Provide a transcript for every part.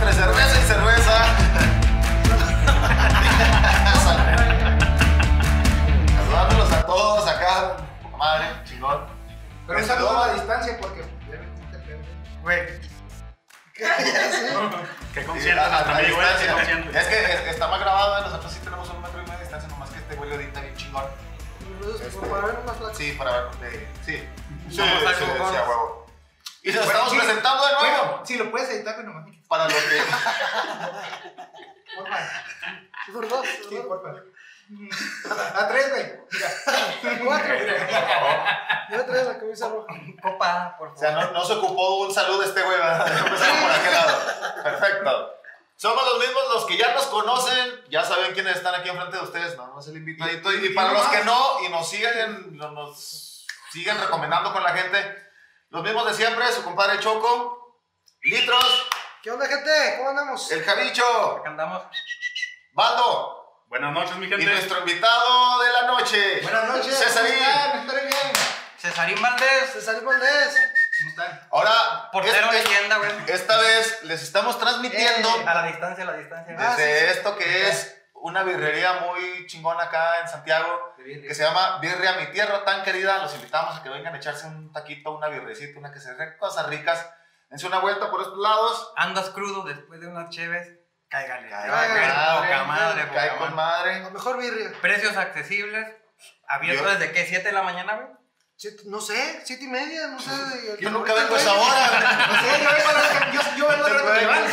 Pues, cerveza y cerveza. Saludándolos a todos acá, poca madre, chingón. Pero un saludo a distancia porque. Güey. Que Sí, concierto, a- hasta a- a mi güey que distancia. concierto. Es que es- está más grabado, nosotros sí tenemos un metro y medio de distancia, nomás que este güey lo edita bien chingón. Entonces, por para ver más la Sí, para ver. eh, sí. Sí, sí, Vamos a ver sí, cómo a vamos. huevo. Y nos Bueno, estamos sí. presentando de nuevo. Bueno, si lo puedes editar, bueno, mami. Para los que. Porfa. Por dos. Sí, porfa. A tres, güey. Mira. Cuatro. Yo traes la camisa roja. Copa, por O sea, no, no se ocupó un saludo este güey, ¿verdad? Empezamos por aquel lado. Perfecto. Somos los mismos, los que ya nos conocen, ya saben quiénes están aquí enfrente de ustedes, ¿no? Más el invitadito. Y, y para los que no, y nos siguen, no- nos siguen recomendando con la gente, los mismos de siempre, su compadre Choco, Litros, ¿Qué onda, gente? ¿Cómo andamos? el Javicho, Acá andamos. Baldo, Buenas noches, mi y gente. nuestro invitado de la noche. Buenas noches. Cesarín. ¿cómo están? Espero bien. Cesarín Valdés, Cesarín Valdés. ¿Cómo están? Ahora, portero este- leyenda, güey. esta vez les estamos transmitiendo Eh, A la distancia, a la distancia. Ah, sí, desde esto que es una birrería muy chingona acá en Santiago, que se llama Birria Mi Tierra Tan Querida. Los invitamos a que vengan a echarse un taquito, una birrecita, una que se re- cosas ricas. Dense una vuelta por estos lados. Andas crudo después de unas cheves, cáigale. Te va a Cáigale, caer madre, poca madre, poca Cae con madre. La madre. mejor birria. Precios accesibles, abierto Yo- desde qué, 7 de la mañana, güey. Siete- no sé, siete y media, no sé. Yo nunca vengo a esa hora. No sé, yo vengo a la hora que- yo- yo vengo a la hora que me levanto.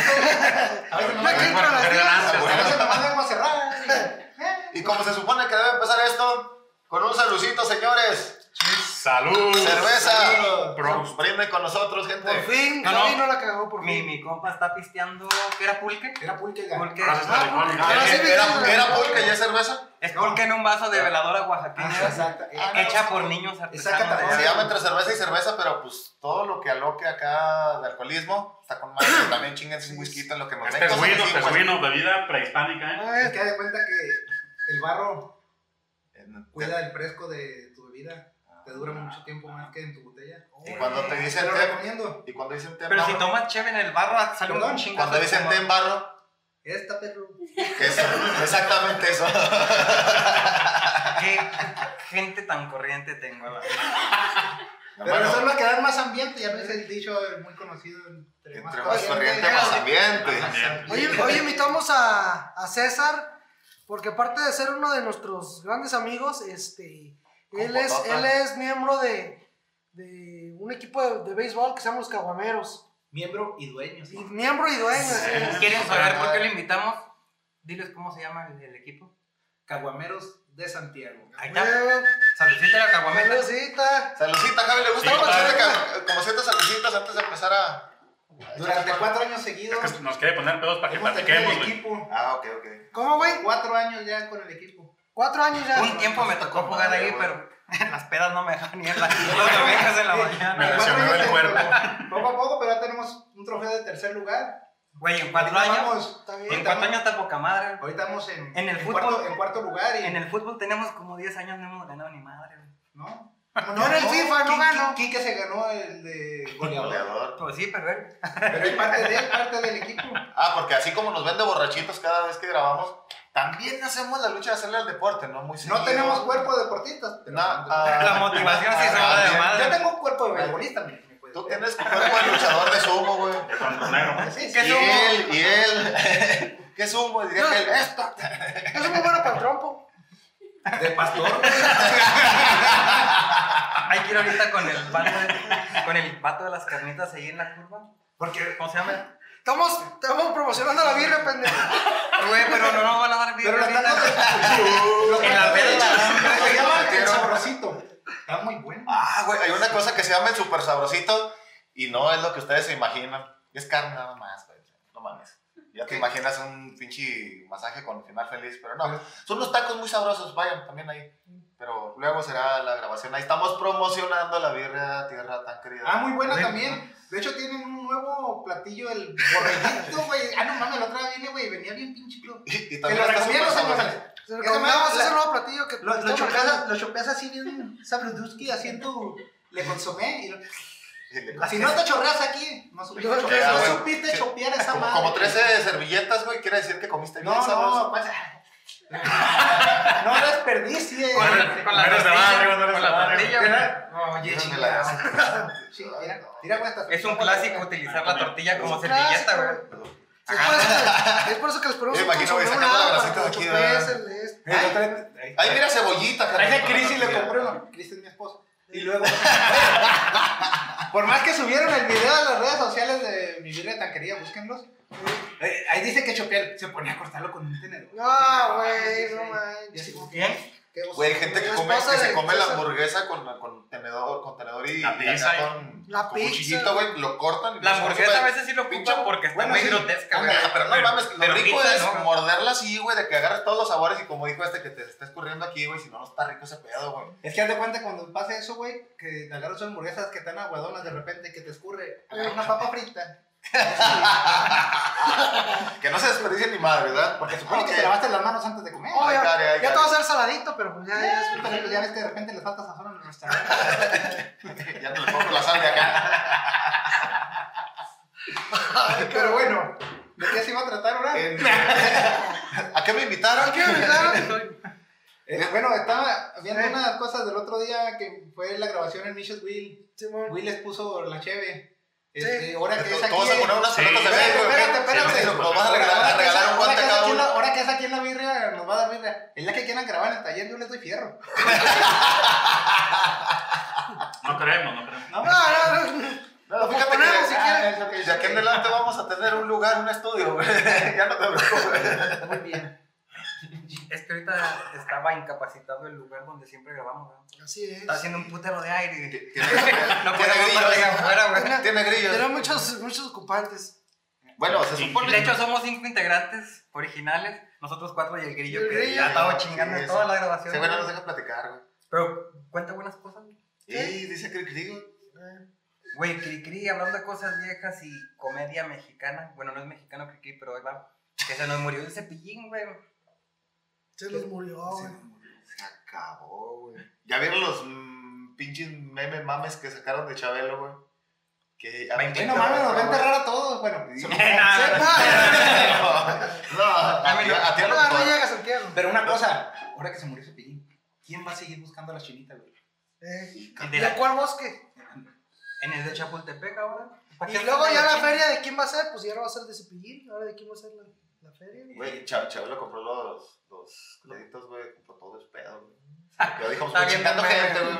A veces no Ya me que vengo a entro a las cargar diez. antes, pues, A güey. veces nomás vengo a cerrar. Y como se supone que debe empezar esto, con un saludito, señores. Salud. Cerveza. Prost. Brinde con nosotros, Por gente. fin, No, no, no. no la cagó por Mi, fin. mi compa está pisteando, ¿qué era pulque? Era pulque, ya. Pulque. Gracias, Ah, Talecón. ahora sí me Era, encanta. era porque ya es cerveza. Es pulque en un vaso de veladora oaxaqueña, Exacto. Ah, no, hecha sí. por niños Esa artesanos. de catarata. Se allá. llama entre cerveza y cerveza, pero pues todo lo que aloque acá de alcoholismo está con madre. También chinguense un whisky en lo que nos Este den Es cosas tejuino, así, pues. tejuino, bebida prehispánica, ¿eh? Ah, Es es- que de cuenta que el barro En- cuida el fresco de tu bebida. Te dura mucho tiempo más que en tu botella. Y cuando te dicen Te lo té- recomiendo. y cuando dicen té en Pero si barro, tomas cheve en el barro, sale Perdón, un chingo. cuando dicen té en barro, Esta perro. que es exactamente eso. Qué gente tan corriente tengo, la Pero Bueno, eso es lo que da más ambiente. Ya no es el dicho eh, muy conocido. Entre entre más corriente, ambiente. más ambiente. También. Hoy, hoy invitamos a, a César, porque aparte de ser uno de nuestros grandes amigos, este, él, es, Compotota. él es miembro de, de un equipo de, de béisbol que se llama Los Caguameros. Miembro y dueño. sí. Y miembro y dueño. así es. ¿Quieren saber por qué lo invitamos? Diles cómo se llama el, el equipo. Caguameros de Santiago. Eh, Ahí está. Huevo, Saludcita la caguameta. saludcita. Salucita, Javi, le gusta Sí, mucho padre. que- como siete salucitas antes de empezar a. Durante cuatro años seguidos. Es que nos quiere poner pedos para que hemos tenido platiquemos, el güey. equipo. Ah, ok, ok. ¿Cómo, güey? Cuatro años ya con el equipo. Cuatro años ya. Un tiempo me tocó jugar ahí, pero las pedas no me dejaban ni en las los domingos en la Me mañana. Cuatro lesionó años el de- cuerpo. Poco a poco, pero ya tenemos un trofeo de tercer lugar. Güey, en cuatro Ahorita años. vamos- Está bien. En cuatro años está poca madre. güey. Ahorita vamos en, En el fútbol. Cuarto, en cuarto lugar y. En el fútbol tenemos como 10 años, no hemos ganado ni madre. güey. ¿No? No en el FIFA, no Qui- gano. Qui- Quique se ganó el de goleador. Goleador. Pues sí, pero él. pero es parte de él, parte del equipo. Ah, porque así como nos ven de borrachitos cada vez que grabamos, también hacemos la lucha de hacerle al deporte, ¿no? Muy No seguido. tenemos cuerpo de deportista. pero- No, ah, La motivación sí se va de Yo madre. tengo un cuerpo de beisbolista, me- me puede Tú ver. tienes cuerpo de luchador de sumo, güey. De cuando negro. Sí, sí. Y él, y él. ¿Qué sumo? Diría que él, esto. Yo soy muy bueno para el trompo. De pastor. güey. Hay que ir ahorita con el vato de, con el vato de las carnitas ahí en la curva. Porque. ¿Cómo se llama? Estamos, estamos promocionando la birra, pendejo. Güey, pero no nos van a dar bien. Pero lo están ahorita. dando. En la peda. Se llama el sabrosito. Está muy bueno. Ah, güey, hay una cosa que se llama el super sabrosito y no es lo que ustedes se imaginan. Es carne nada más, güey. No mames. Ya te ¿Qué? imaginas un pinche masaje con final feliz, pero no. Son unos tacos muy sabrosos, vayan también ahí. Pero luego será la grabación. Ahí estamos promocionando la birria tierra tan querida. Ah, muy buena también. De hecho, tienen un nuevo platillo, el borreguito, güey. Ah, no mames, la otra vez vine, güey. Venía bien pinche club. Y, y Te también lo está recomiendo, súper señor sabroso. González. Se recomendamos ese nuevo platillo que Lo, lo, está chopeas, marcando. lo chopeas así bien sabruduski, haciendo le consomé. Y lo- Y le- así no te chorreas aquí. No supiste No, chopear, no, no güey. supiste chopear esa Como, madre. como 13 servilletas, güey, quiere decir que comiste bien No, no, sabroso. pues. No desperdicies. Con, con la No eres de barrio, no tortilla. Con eres de la barrio. tortilla. No, oye, Díganme chingada. Sí, mira, mira, güey, estas- Es un clásico utilizar la tortilla como Es un clásico, servilleta, güey. Es por eso que- es por eso que les ponemos Me un imagino, güey, sacando consomé, una la haba para bracita que de aquí, chupes ¿verdad? el este. Eh, lo traen- Ahí mira cebollita, Traje a carnal. Cris y le Mira. compré uno. Cris es mi esposo. Y luego. Por más que subieron el video a las redes sociales de mi vida de tanquería, búsquenlos. Eh, ahí dice que Chopiel se ponía a cortarlo con un tenedor. Ah, No, güey, no Y manches. así como, ¿Bien? qué oso. Güey, gente que, Mi come, esposa que se de- come la esposa- hamburguesa con, la- con tenedor, con tenedor y, La y acá pizza, con, La con pizza. cuchillito, güey, lo cortan. y La lo hacen, hamburguesa güey. a veces sí lo Pinche- ocupa porque está bueno, muy sí. grotesca, güey. Ándale, Pero no mames, lo pero rico pizza, es ¿no? morderla así, güey, de que agarres todos los sabores y como dijo este que te está escurriendo aquí, güey, si no, no está rico ese pedo, güey. Es que haz de cuenta cuando pasa eso, güey, que te agarras hamburguesas que están aguadonas de repente que te escurre. Agarra una papa frita. Que no se desperdicie ni madre, ¿verdad? Porque Supone supongo que te lavaste las manos antes de comer. Oh, Ah, Ay, ya, Karen, ay, ya te Karen. va a ser saladito, pero pues ya, ya es Pero ya ves que de repente le falta sazón en el restaurante. Ya no le pongo la sal de acá. Pero bueno, ¿de qué se iba a tratar ahora? Eh, ¿A qué me invitaron? ¿Qué, verdad? Eh, bueno, estaba viendo unas cosas del otro día que fue la grabación en Michos Will. Simón. Will les puso la cheve. Sí. Este, ahora que es aquí. ¿Tú vas a poner unas Sí. pelotas de Espérate, güey? espérate, espérate. Nos vas a Ahora- ahora regalar, a que es- regalar un ahora guante que es cada aquí en uno. la- Ahora que es aquí en la birria, nos va a dar birria. Es la que quieran grabar en el taller, yo les doy fierro. No creemos, no creemos. No, no, no. No, fíjate Ponemos, que si ah, quieren. es lo que de aquí en adelante vamos a tener un lugar, un estudio, güey. Ya no te preocupes. Muy bien. Es que ahorita estaba incapacitado el lugar donde siempre grabamos, güey. Así es. Está haciendo un putero de aire. Tiene, tiene No podemos grillos. para afuera, güey. Tiene grillos. Tenemos muchos, muchos ocupantes. Bueno, se Sí, supone. De hecho, somos cinco integrantes originales. Nosotros cuatro y el grillo El que grillo. ya ha estado chingando Sí, en toda sí. la Ese güey no nos grabación. deja platicar, güey. Pero cuenta buenas cosas. Y dice que grillo. Güey, Cricri, hablando de cosas viejas y comedia mexicana. Bueno, no es mexicano Cricri, pero ahí va. Que se nos murió el cepillín, güey. Se los murió, Se, güey. se acabó, güey. ¿Ya vieron los mm, pinches meme mames que sacaron de Chabelo, güey? Que ya Veinte, me- Bueno, mames, nos va a enterrar a todos. Bueno, Sí. se nos- No, no, a ti- a ti a lo No, no mejor. llega Santiago. pero una cosa, ahora que se murió ese pillín, ¿quién va a seguir buscando a las chinitas, güey? Eh, Y de ¿De la- cuál bosque? en el de Chapultepec ahora. Y luego ya la feria de quién va a ser, pues ya no va a ser de Cepillín, ahora de quién va a ser la, la feria. güey. Güey, Cha- Chabelo compró los, los créditos, güey, compró todo el pedo, güey. Ah, Yo dijimos, Está güey, bien, chingando meme, gente, güey.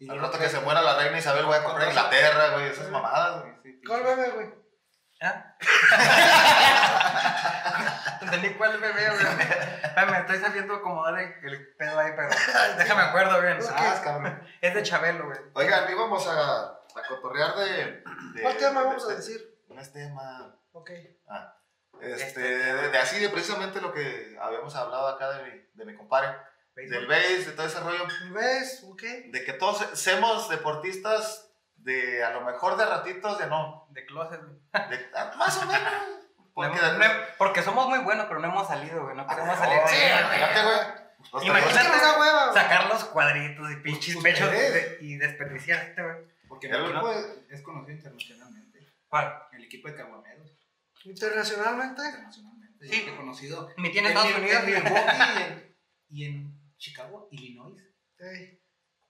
güey. Al rato que se muera la reina Isabel, voy a comprar Inglaterra, güey, Ah. esas mamadas, güey. ¿Cuál bebé, güey? ¿Ah? Entendí cuál bebé, güey. Ay, me estoy sabiendo acomodar el, el pedo ahí, pero déjame acuerdo bien. Ok. Ah, cabrón. Es de Chabelo, güey. Oigan, íbamos a, a cotorrear de, de- ¿Cuál tema de- vamos a de- decir? No es tema. Ok. Este, Este, de, de así de precisamente lo que habíamos hablado acá de mi, de mi compadre, del base, de todo ese rollo, ¿Ves? Ok. de que todos se- seamos deportistas de a lo mejor de ratitos, de no, De closet, güey. de- ah, más o menos, porque No- no- porque somos muy buenos, pero no hemos salido, güey. No queremos salir. Oh, fíjate, güey, los Es que Imagínate. me da hueva, güey. Sacar los cuadritos y pinches Ustedes. pechos de- y desperdiciarte, güey. Porque Pero el no. equipo es- es conocido internacionalmente. ¿Cuál? El equipo de Caguameros, Internacionalmente. internacionalmente. Sí. Sí, conocido. Mi tiene Estados Unidos, en güey. Milwaukee y en, y en Chicago, Illinois. Ey.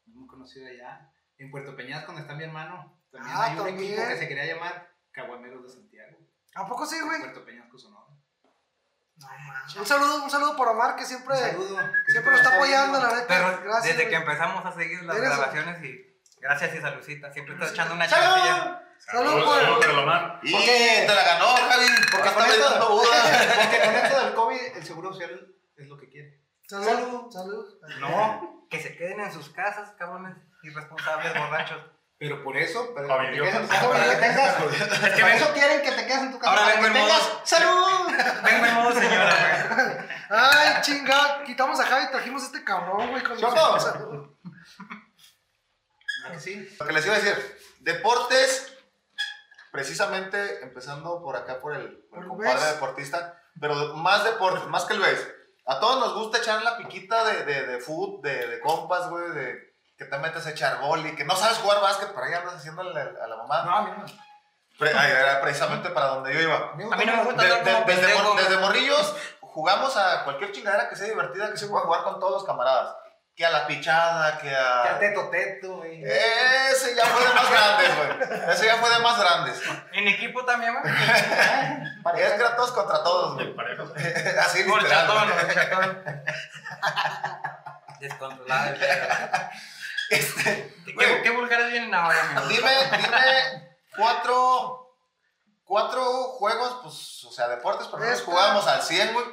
Muy conocido allá. En Puerto Peñasco, donde está mi hermano. También Ah, hay un también. equipo que se quería llamar Caguameros de Santiago. ¿A poco sí, güey? Puerto Peñasco, Sonora. No, manches. un saludo, un saludo por Omar que siempre, Un saludo. que siempre nos está apoyando, la viendo. neta. Pero Gracias. desde güey. que em- empezamos a seguir las Eres un- grabaciones y. Gracias y saludcita. Siempre estás echando una ¡Salud! chancilla. Salud, Saludos, güey. saludos, pero lo mal. Y ¿Por qué? te la ganó, Javi, porque Porque está con esto- vendiendo boda. Porque con esto del COVID, el seguro social es lo que quiere. Salud. Salud. No, que se queden en sus casas, cabrones irresponsables, borrachos. Pero por eso, para, Joven que te idiota. quedes en tu casa, para que tengas. Para eso quieren que te quedes en tu casa. Ahora para vengo que en modo- tengas ¡Salud! Vengo en modo señora, güey. Ay, chingado. Quitamos a Javi y trajimos a este cabrón, güey. Con Choco. Salud. Ah, que sí. Lo que les iba a decir, deportes, precisamente empezando por acá, por el, por el Por compadre Luis. deportista, pero más deportes, más que el base. A todos nos gusta echar la piquita de, de, de foot, de, de compas, güey, de que te metes a echar boli, que no sabes jugar básquet, pero ahí andas haciéndole a la, a la mamá. No, a mí no. Pre- ay, era precisamente para donde yo iba. A mí no me gusta De- andar de- como desde, pendejo. mor- desde morrillos jugamos a cualquier chingadera que sea divertida, que se pueda jugar con todos los camaradas. Que a la pichada, que Que al a... teto teto, güey. Eh, Ese ya fue de más grandes, güey. Ese ya fue de más grandes. En equipo también, güey. Es Kratos contra todos, güey. Parejas. Así literal. Horchatón, güey. horchatón. Descontrolado el perro. ¿Qué, Güey. ¿Qué vulgares vienen ahora, amigo? Dime, dime cuatro, cuatro juegos, pues, o sea, deportes, porque nosotros Esta. jugábamos al 100, güey.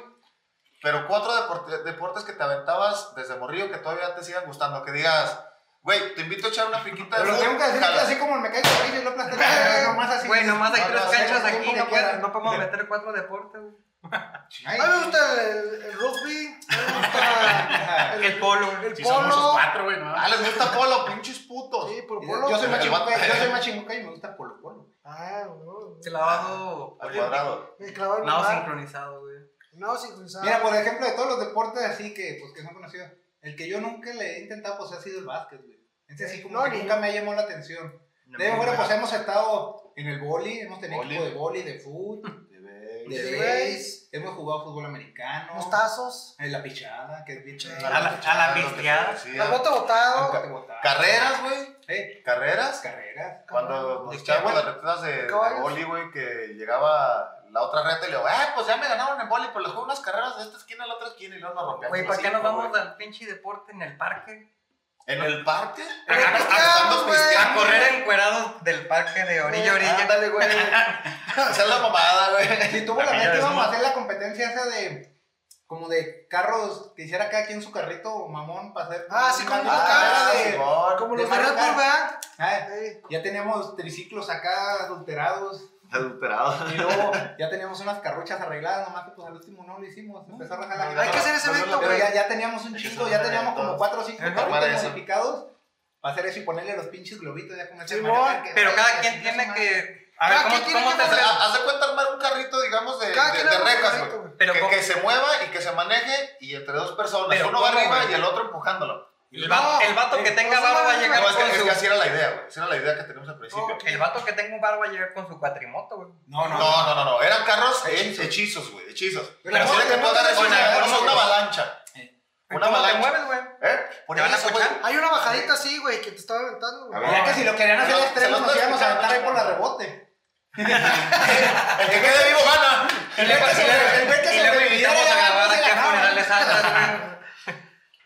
Pero cuatro deporte- deportes que te aventabas desde morrillo que todavía te sigan gustando. Que digas, güey, te invito a echar una piquita de Pero lo fútbol, tengo que decir jala". así como me cae el cabello y lo aplasto. Nomás así. Güey, nomás hay No, tres no, canchas no, aquí, no, no, no, puedo- no, no podemos meter cuatro deportes, güey. Ay, A mí me gusta el, el rugby, a mí me gusta el, El polo. el Si somos los polo. cuatro, güey, ¿no? Ah, les gusta polo, pinches putos. Sí, por polo. Yo soy más El chingo vato- que- yo soy más chingo que y me gusta Polo Polo. Ah, no. Clavado. Al cuadrado. El clavado en No, lugar. sincronizado, güey. No, sincronizado. Mira, pues, por ejemplo, de todos los deportes así que, pues, que son conocidos, el que yo nunca le he intentado, pues, ha sido el básquet, güey. Ese así como No, que ni- nunca me ha llamado la atención. De No, bueno, pues, hemos estado en el boli, hemos tenido Vóley. equipo de boli, de fútbol, de De béis, hemos jugado fútbol americano. Los tazos. En la pichada, que es bien Pichada. chido. A la- a la pisteada. Sí, La ah. bota botado. Nunca te botaba. Carreras, güey. Eh, Carreras. carreras. Cuando nos ¿De echábamos qué, las güey? retiras de, de Caballos. boli, güey, que llegaba la otra reta y le digo, eh, pues ya me ganaron en boli, pues les juego unas carreras de esta esquina a la otra esquina y luego nos rompíamos. Güey, ¿para qué así, nos vamos güey. al pinche deporte en el parque? ¿En el parque? Pero Ah, pisteamos, estando güey. A pisteando, correr encuerados del parque de orilla a orilla. Ándale, güey. Esa es la mamada, güey. Si tuvo la Camilla mente, íbamos a desnuda. hacer la competencia esa de. Como de carros que hiciera cada quien su carrito o mamón para hacer. Ah, sí, como una los carrera carros de- Simón. Como de los de Red marca. Bull, ¿verdad? Ah, Eh, Ya teníamos triciclos acá adulterados. Adulterado. Y luego ya teníamos unas carruchas arregladas, nomás que pues al último no lo hicimos. Empezó a rajar la Hay que hacer ese No, no, evento, Pero güey. ya, ya teníamos un Hay que chingo, hacer ya un teníamos evento. como cuatro o cinco Ajá. Para carritos eso. modificados. Para hacer eso y ponerle los pinches globitos ya como ese Simón, manera que- Pero cada que- quien tiene que. A Cada ver, quien ¿cómo, tiene cómo que te hacer- hace- Haz de cuenta armar un carrito, digamos, de, de, Cada quien de agarra un rejas, carrito, güey. Pero, Que, ¿cómo- que se mueva y que se maneje y entre dos personas. Pero Uno va ¿cómo, arriba güey? y el otro empujándolo. el, vato, el vato que eh, tenga no, barba va a no, llegar No, es con que, es su. que así era la idea, güey. Esa era la idea que teníamos al principio. Ok. El vato que tenga un bar va a llegar con su cuatrimoto, güey. No, no, No, no, no, no. Eran carros hechizos, Hechizos. hechizos güey. Hechizos. Pero Así ¿cómo de te que tú mueves? agarras Con una, el- agarras con una el- avalancha. Una ¿Cómo te avalancha. mueves, güey? ¿Eh? Por ¿Te van a eso, güey. escuchar? Hay una bajadita así, güey, que te estaba aventando, A güey. ver. Ya que si lo querían hacer Se a lo- las se tres, lo nos estoy íbamos a aventar ahí explicando. por la rebote. El que quede vivo gana. Y luego que se- el güey que y se luego sobreviviera invitamos a ya grabar se aquí a ganaba, ¿no? funerales altas, güey.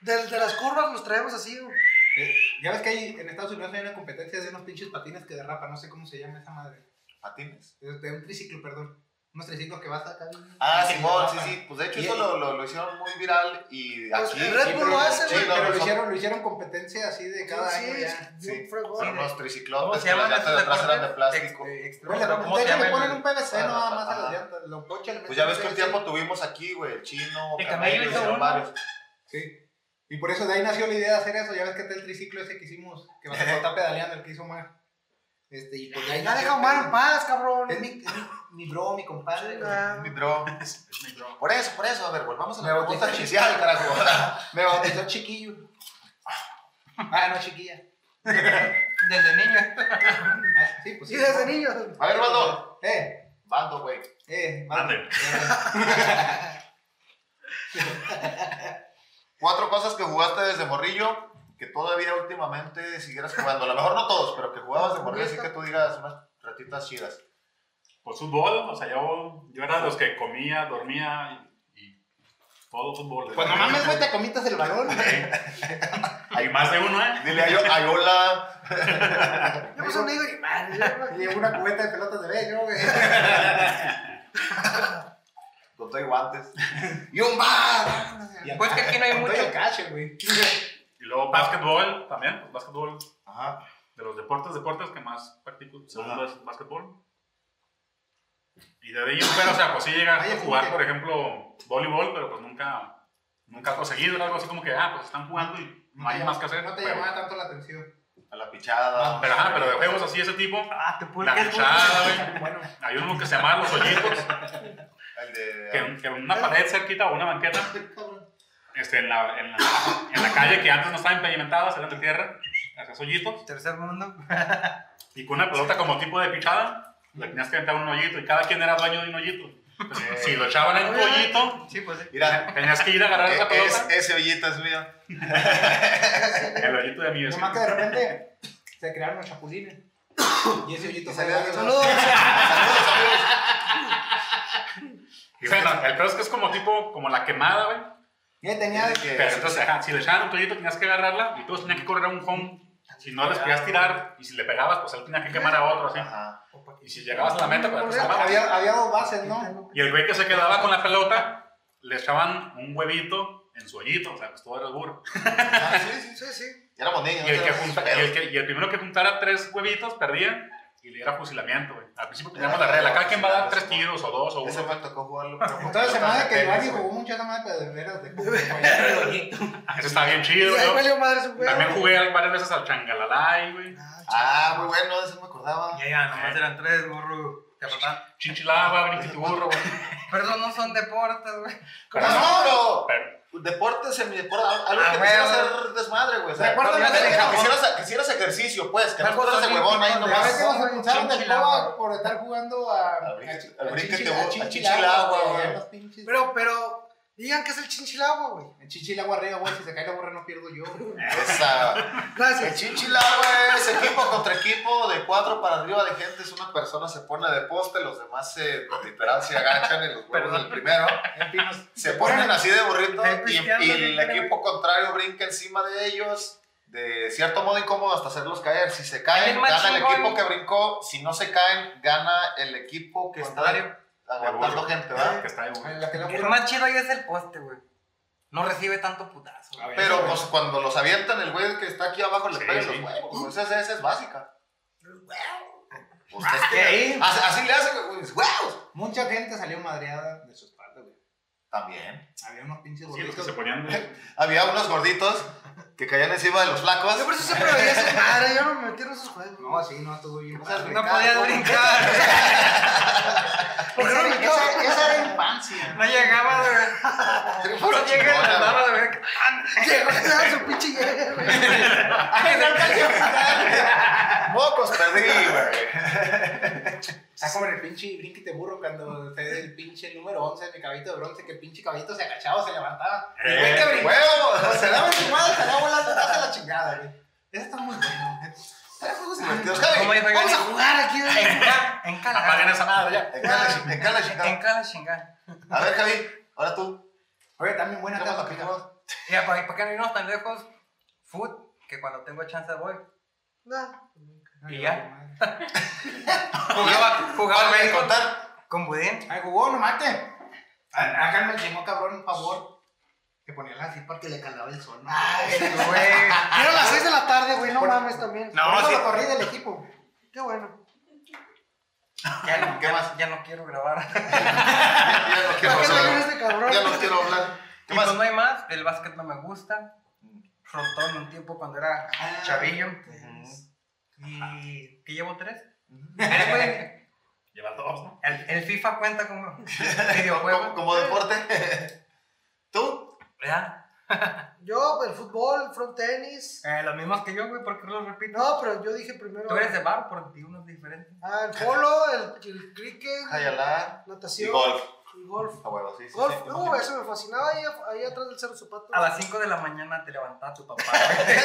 De, de las curvas los traemos así, güey. Eh, Ya ves que hay, en Estados Unidos hay una competencia de unos pinches patines que derrapan, no sé cómo se llama esa madre. Patines. De un triciclo, perdón. Unos triciclos que vas acá. bien- Ah, que Simón, sí, derrapan. sí. Pues de hecho, Y- eso lo, lo, lo hicieron muy viral y Pues, aquí. el Red Sí, Bull pero, lo hace, sí, güey. no, pero lo, son- hicieron, lo hicieron competencia así de cada Sí, año ya. es Sí. bien fregón. Son unos ¿Cómo triciclotes se que las llaman llantas esos de atrás eran de deportes? plástico. Ex- ex- Bueno, pero ¿Cómo de se hecho le llaman? ponen un PVC Ah, nada más a ajá. las llantas. Lo ponchan, le Pues meten ya ves que un PVC. tiempo tuvimos aquí, güey, el chino, El camello hizo hicieron uno. varios. Sí. Y por eso de ahí nació la idea de hacer eso. Ya ves que está el triciclo ese que hicimos, que vas a estar pedaleando, el que hizo Omar. Este, y pues de ahí Ya nació deja el- Omar en paz, cabrón. Es mi, es mi, mi bro, mi compadre. güey. Chinga. Mi bro. Es mi bro. Por eso, por eso. A ver, volvamos a Me la pregunta bautizó. inicial, carajo. Me bautizó chiquillo. Ah, no, chiquilla. Desde niño. Ah, sí, pues Sí, desde niño. A ver, Bando. Eh, Bando, güey. eh, Mande. mande. Cuatro cosas que jugaste desde morrillo que todavía últimamente siguieras jugando. A lo mejor no todos, pero que jugabas de morrillo, así que tú digas unas ratitas chidas. Pues fútbol, o sea, yo, yo era de los que comía, dormía y, y todo fútbol. Pues no Mames, güey, te comitas el balón. Hay más de uno, ¿eh? Dile a yo, ay, hola. Yo pues un hijo y Y una cubeta de pelotas de bello, güey. Con todo y guantes. Y un bar. Pues que aquí no hay Con todo mucho. el cache, güey. Y luego básquetbol también, pues, básquetbol. Ajá. De los deportes, deportes que más practico, segundo es básquetbol. Y de ahí, pero, o sea, pues sí llegas Vaya, a jugar, fíjate. por ejemplo, voleibol, pero pues nunca, nunca conseguido, era algo así como que, ah, pues están jugando y no hay más que hacer. No te pero- llamaba tanto la atención. A la pichada. Pero, ajá, pero de juegos así, ese tipo, Ah, te puedo la pichada, güey. Bueno, Hay uno que se llamaba Los Hoyitos, El de. que, que una pared cerquita o una banqueta, cabrón. este, en, la, en, la, en la calle que antes no estaba impedimentada, eran de tierra, hacías hoyitos, Tercer mundo. y con una pelota como tipo de pichada, Le tenías que aventar un hoyito y cada quien era dueño de un hoyito. Entonces, si pues, lo echaban en tu Obviamente. hoyito, Sí, pues sí. Mira, tenías que ir a agarrar esa e- es, pelota. ese hoyito es mío. El hoyito de mi vecino. Nomás que de repente se crearon los chapulines. Y ese hoyito Y fue salió- de- Saludos. Saludos, amigos. Y bueno, el peor es que es como tipo, como la quemada, güey. Ya Eh, tenía. Tiene que- Pero entonces, ajá, si le echaban un toallito tenías que agarrarla y todos tenían que correr a un home. Si no les podías tirar y si le pegabas, pues él tenía que quemar a otro, así. Ajá. Y si llegabas a la meta, pues te salvabas. Había, había dos bases, ¿no? Y el güey que se quedaba con la pelota, le echaban un huevito en su hoyito, o sea, pues todo era burro. Ah, sí, sí, sí. Sí, sí. Éramos niños. Y el, no que teníamos junta- y, pedos. el que- y el primero que juntara tres huevitos perdía y le era fusilamiento, güey. Al principio teníamos la regla, cada quien va a dar tres tiros o dos o Ese uno. me tocó jugarlo. Entonces se me hace que Giovanni Giovanni jugó mucho esa madre, pero de veras de Eso está bien Y chido, ahí güey. valió madre su güey. También jugué varias veces al changalalay, güey. Ah, Ah, muy bueno, de eso me acordaba. Ya, ya, nomás eran tres, burro. Te faltaban. Chinchilaba, brinquitiburro, güey. Pero no son deportes, güey. No, Pero no, no, pero- no. Deportes, semideporte, algo Ah, que bueno. quisiera hacer desmadre, güey. O sea, Recuerda la que- de que Japón. quisieras, que hicieras ejercicio, pues, que no Juegos estuvieras de huevón ahí Olímpicos de A veces nomás. nos expulsaron del coba por estar jugando a. Al brinque- al a brinque chichi- te a voy- chichi a chichilagua, agua, güey. a los pinches- Pero, pero, digan que es el chinchilagua, güey. En chichilagua arriba, güey. Si se cae la borra, no pierdo yo. Esa. El Gracias. chinchila, güey, es equipo contra equipo, de cuatro para arriba de gente, es una persona se pone de poste, los demás se literal se agachan en los huevos del primero. En pinos. Se ponen así de burrito Ahí y, pisteando, y bien, el bien, equipo contrario brinca encima de ellos, de cierto modo incómodo hasta hacerlos caer. Si se El caen, match gana el gol. equipo que brincó. Si no se caen, gana el equipo que está Contrario. aguantando gente, ¿verdad? que está de burro. En la que la El borra. más chido ahí es el poste, güey. No recibe tanto putazo. güey. Pero pues cuando los avientan, el güey que está aquí abajo le Sí, pega en sí. los huevos. Pues, esa, esa es básica. Pues, es ¿Qué que- ahí? así, así le hacen güey, los huevos. Mucha gente salió madreada de su espalda, güey. También. Había unos pinches Sí, los que gorditos. se ponían de... Había unos gorditos que caían encima de los flacos. Yo por eso siempre veía esas madres. Yo no me metí en esos juegos. No, sí, no, todo bien. Esas No Esa- podías brincar. ¿Por qué no me metí? Esa esa era infancia. No llegaba, güey. Puro No llega chingona, la güey. barra de ver. Llegó y le daba su pinche llegue, güey. Mocos perdí, güey. Está como en el pinche brinquete burro cuando se ve el pinche número 11, mi caballito de bronce, que el pinche caballito se agachaba, se levantaba. Y el güey que brincó. Huevo. Se daba en su madre, se daba volando hasta la chingada, güey. Eso está muy bueno. divertidos. ¿Cómo dijo Vamos a Johnny? jugar aquí, güey. En ca- en cala. Apaguen esa madre ya. En cada chi- en cada En chingada. cala chingada. A ver, Javi, ahora tú. Oye, también buena ¿Qué casa, más, qué pica. más? Ya, ¿para para qué no irnos tan lejos? Food, que cuando tengo chance voy. No. ¿Y ya? Jugaba, jugaba Ahora me béisbol contar. con budín. Ay, jugó, no mate. A- Acá me llegó cabrón, un favor. Que ponían así porque le calaba el sol. ¿no? Ay, Güey. Eran las 6 de la tarde, güey. No mames también. Por eso sí. lo corrí del equipo. Qué bueno. Ya no, ¿Qué ya- más? Ya no quiero grabar. Ya no quiero hablar. ¿Para qué también este cabrón? Ya no quiero hablar. ¿Qué Y pues no más? hay más, el básquet no me gusta. Frontón un tiempo cuando era chavillo. Y que llevo tres. Eh, güey, Lleva dos, ¿no? El, el FIFA cuenta como Como, videojuego. como deporte. ¿Tú? ¿Verdad? Yo, el fútbol, front tenis. Eh, los mismos que yo, güey, porque lo repito. No, pero yo dije primero. Tú eres de bar, por ti uno es diferente. Ah, el polo, el, el cricket, Jayalar. Y natación. golf. y golf. Ah, bueno, sí, sí, Golf, sí, te no, imagino. eso me fascinaba ahí, ahí atrás del cerro zapato. A las 5 de la mañana te levantaba tu papá. güey.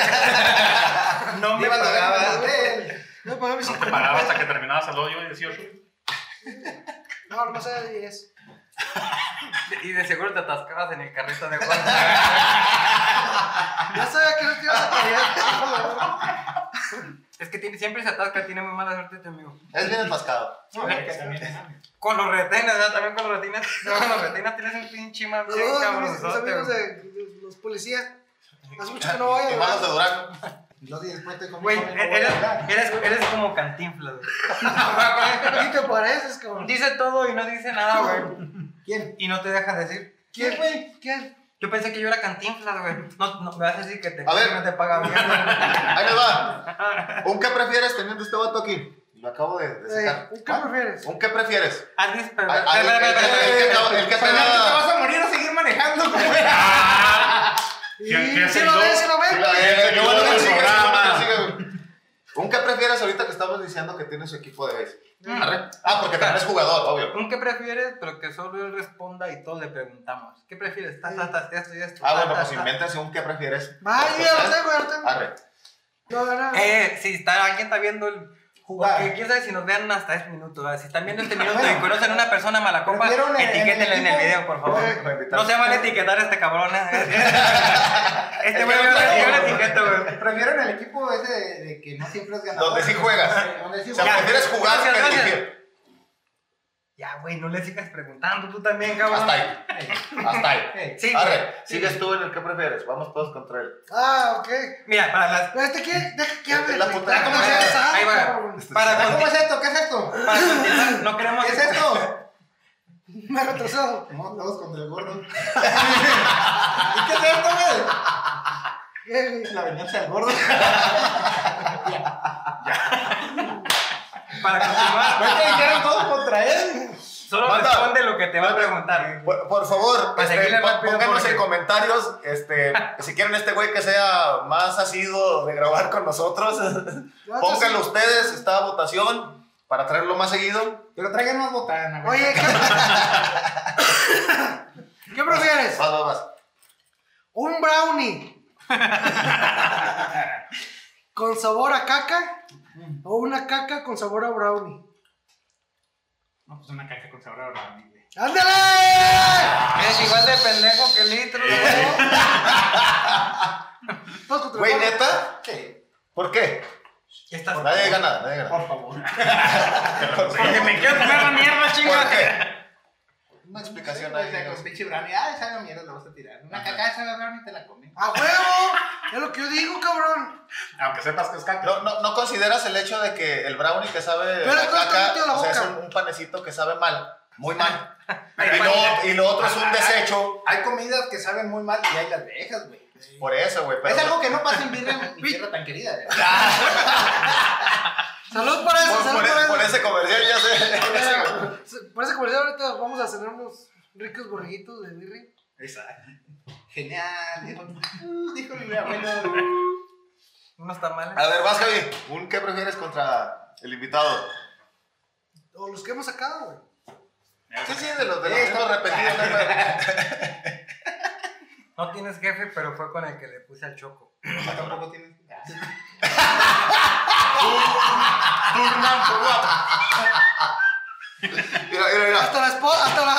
no me Iba a la verga, pagaba. güey. No, para mí sí. Te pagaba hasta que terminabas al hoyo 18. No, no sé de 10. Y de seguro te atascabas en el carrito de Juan. Ya sabía que no te ibas a caer. es que tiene- siempre se atasca, tiene muy mala suerte tu amigo. Es bien enfascado. Con los retines, ¿verdad? También con los retines. No, con los retines tienes un pinche mal bien Saludos a mis- mis cabronzote, amigos güey. de de los policías. Hace mucho que no voy Y manos de a Durango. Los días después te comí. Güey, no voy a eres, hablar. eres, eres como cantinflas, güey. ¿Y te pareces, cabrón? Dice todo y no dice nada, güey. ¿Quién? Y no te deja decir. ¿Quién, güey? ¿Quién? Yo pensé que yo era cantinflas, güey. No, no, me vas a decir que te, A ver. no te paga bien. güey. Ahí les va. ¿Un qué prefieres teniendo este vato aquí? Lo acabo de, de Eh, sacar. ¿Ah? ¿Qué prefieres? Eh, ¿Un qué prefieres? Andrés, pero. Ay, ay, espera, ay, espera, espera, ay, espera, ay, espera. el que te Fernando, da- ¿te vas a morir o seguir manejando? güey? ¡Ah! ¿Y ¿Quién- quién si se lo ayudó? ves, si lo Sí, la ves? verga, qué bueno que el sigue, qué bueno que programa. sigue. ¿Un qué prefieres ahorita que estamos diciendo que tiene su equipo de base? Mm. Arre. Ah, porque también es jugador, obvio. ¿Un qué prefieres? Pero que solo él responda y todos le preguntamos. ¿Qué prefieres? Ta, ta, ta, esto y esto. Ah, ta, bueno, ta, pues ta. invéntase un qué prefieres. Vaya, Ah, lo tengo, lo tengo. Arre. No, no, no. Eh, si está, alguien está viendo el. Ah. Jugar. Porque quién sabe si nos vean hasta 10 minutos. ¿verdad? Si están viendo este minuto Bueno. y conocen a una persona mala copa, Prefiero en el- en el etiquétenla en el equipo. video, por favor. Me invitaron. No se vale etiquetar a este cabrón. ¿eh? este güey, yo le etiqueto, güey. Prefiero en el equipo ese de, de que no siempre es ganador. Donde sí juegas. Sí, Donde sí O sea, Ya. juegas. prefieres jugar Gracias, que gracias. dirigir. Ya, güey, no le sigas preguntando tú también, cabrón. Hasta ahí. Hasta ahí. Ey, Sí, güey. Arre, sigues tú en el qué prefieres. Vamos todos contra él. Ah, ok. Mira, para las Este quiere, deja que Es hable. la güey. putada. ¿Cómo se llama esa? Ahí va. cabrón? Para, Ah, ¿Cómo conti- es esto? ¿Qué es esto? para continuar, no queremos. ¿Qué es esto? Me retrasado. No, todos contra el gordo. ¿Y qué es esto, güey? ¿Qué, güey? La venganza del gordo. Para ¿No es continuar, que dijeron todos contra él? solo Manda. responde lo que te va a preguntar. Por, por favor, Para este, seguirle pon- rápido, pónganos porque- en comentarios este, si quieren este güey que sea más asiduo de grabar con nosotros. Yo antes- Pónganlo ustedes, está a votación para traerlo más seguido. Pero traigan más botana, güey. Oye, ¿qué, ¿qué prefieres? Vas, vas, vas. ¿Un brownie con sabor a caca o una caca con sabor a brownie? No, pues una caja con sabor a brownie, güey. ¡Ándale! Es igual de pendejo que litro, güey. Todos contra Güey, todos. neta. ¿Por qué? Ya estás- Nadie gana, nada, nadie gana. Por favor. Porque me quiero comer la mierda, ¿Por chinga. qué? Una explicación ahí. Pues, Con pinche brownie. Ah, esa mierda la vas a tirar. Una caca de esa brownie te la comen. ¡A huevo! Es lo que yo digo, cabrón. Aunque sepas que es caca. No, no, no consideras el hecho de que el brownie que sabe Pero a tú te caca, metió la o sea, es boca. un, un panecito que sabe mal, muy mal. Pero y, bueno, lo, y lo otro es Ah, un ah, desecho. Hay comidas que saben muy mal y ahí las dejas, güey. Por eso, güey. pero- Es algo que no pasa en Birria, en mi tierra tan querida. güey. Salud para eso, Por, salud por para ese- eso. por ese comercial ya sé. Eh, Por ese comercial ahorita vamos a cenar unos ricos borreguitos de birri. Esa. Genial. Dijo, "Uh", dijo mi abuelo. Unos tamales. A ver, vas, Javi. ¿Un qué prefieres contra el invitado? O los que hemos sacado, güey. Sí, sí, de los de Eh, los no. repetidos. No tienes jefe, pero fue con el que le puse al choco. Tampoco tienes. Mira, mira, mira. Hasta la esposa, hasta Eh, la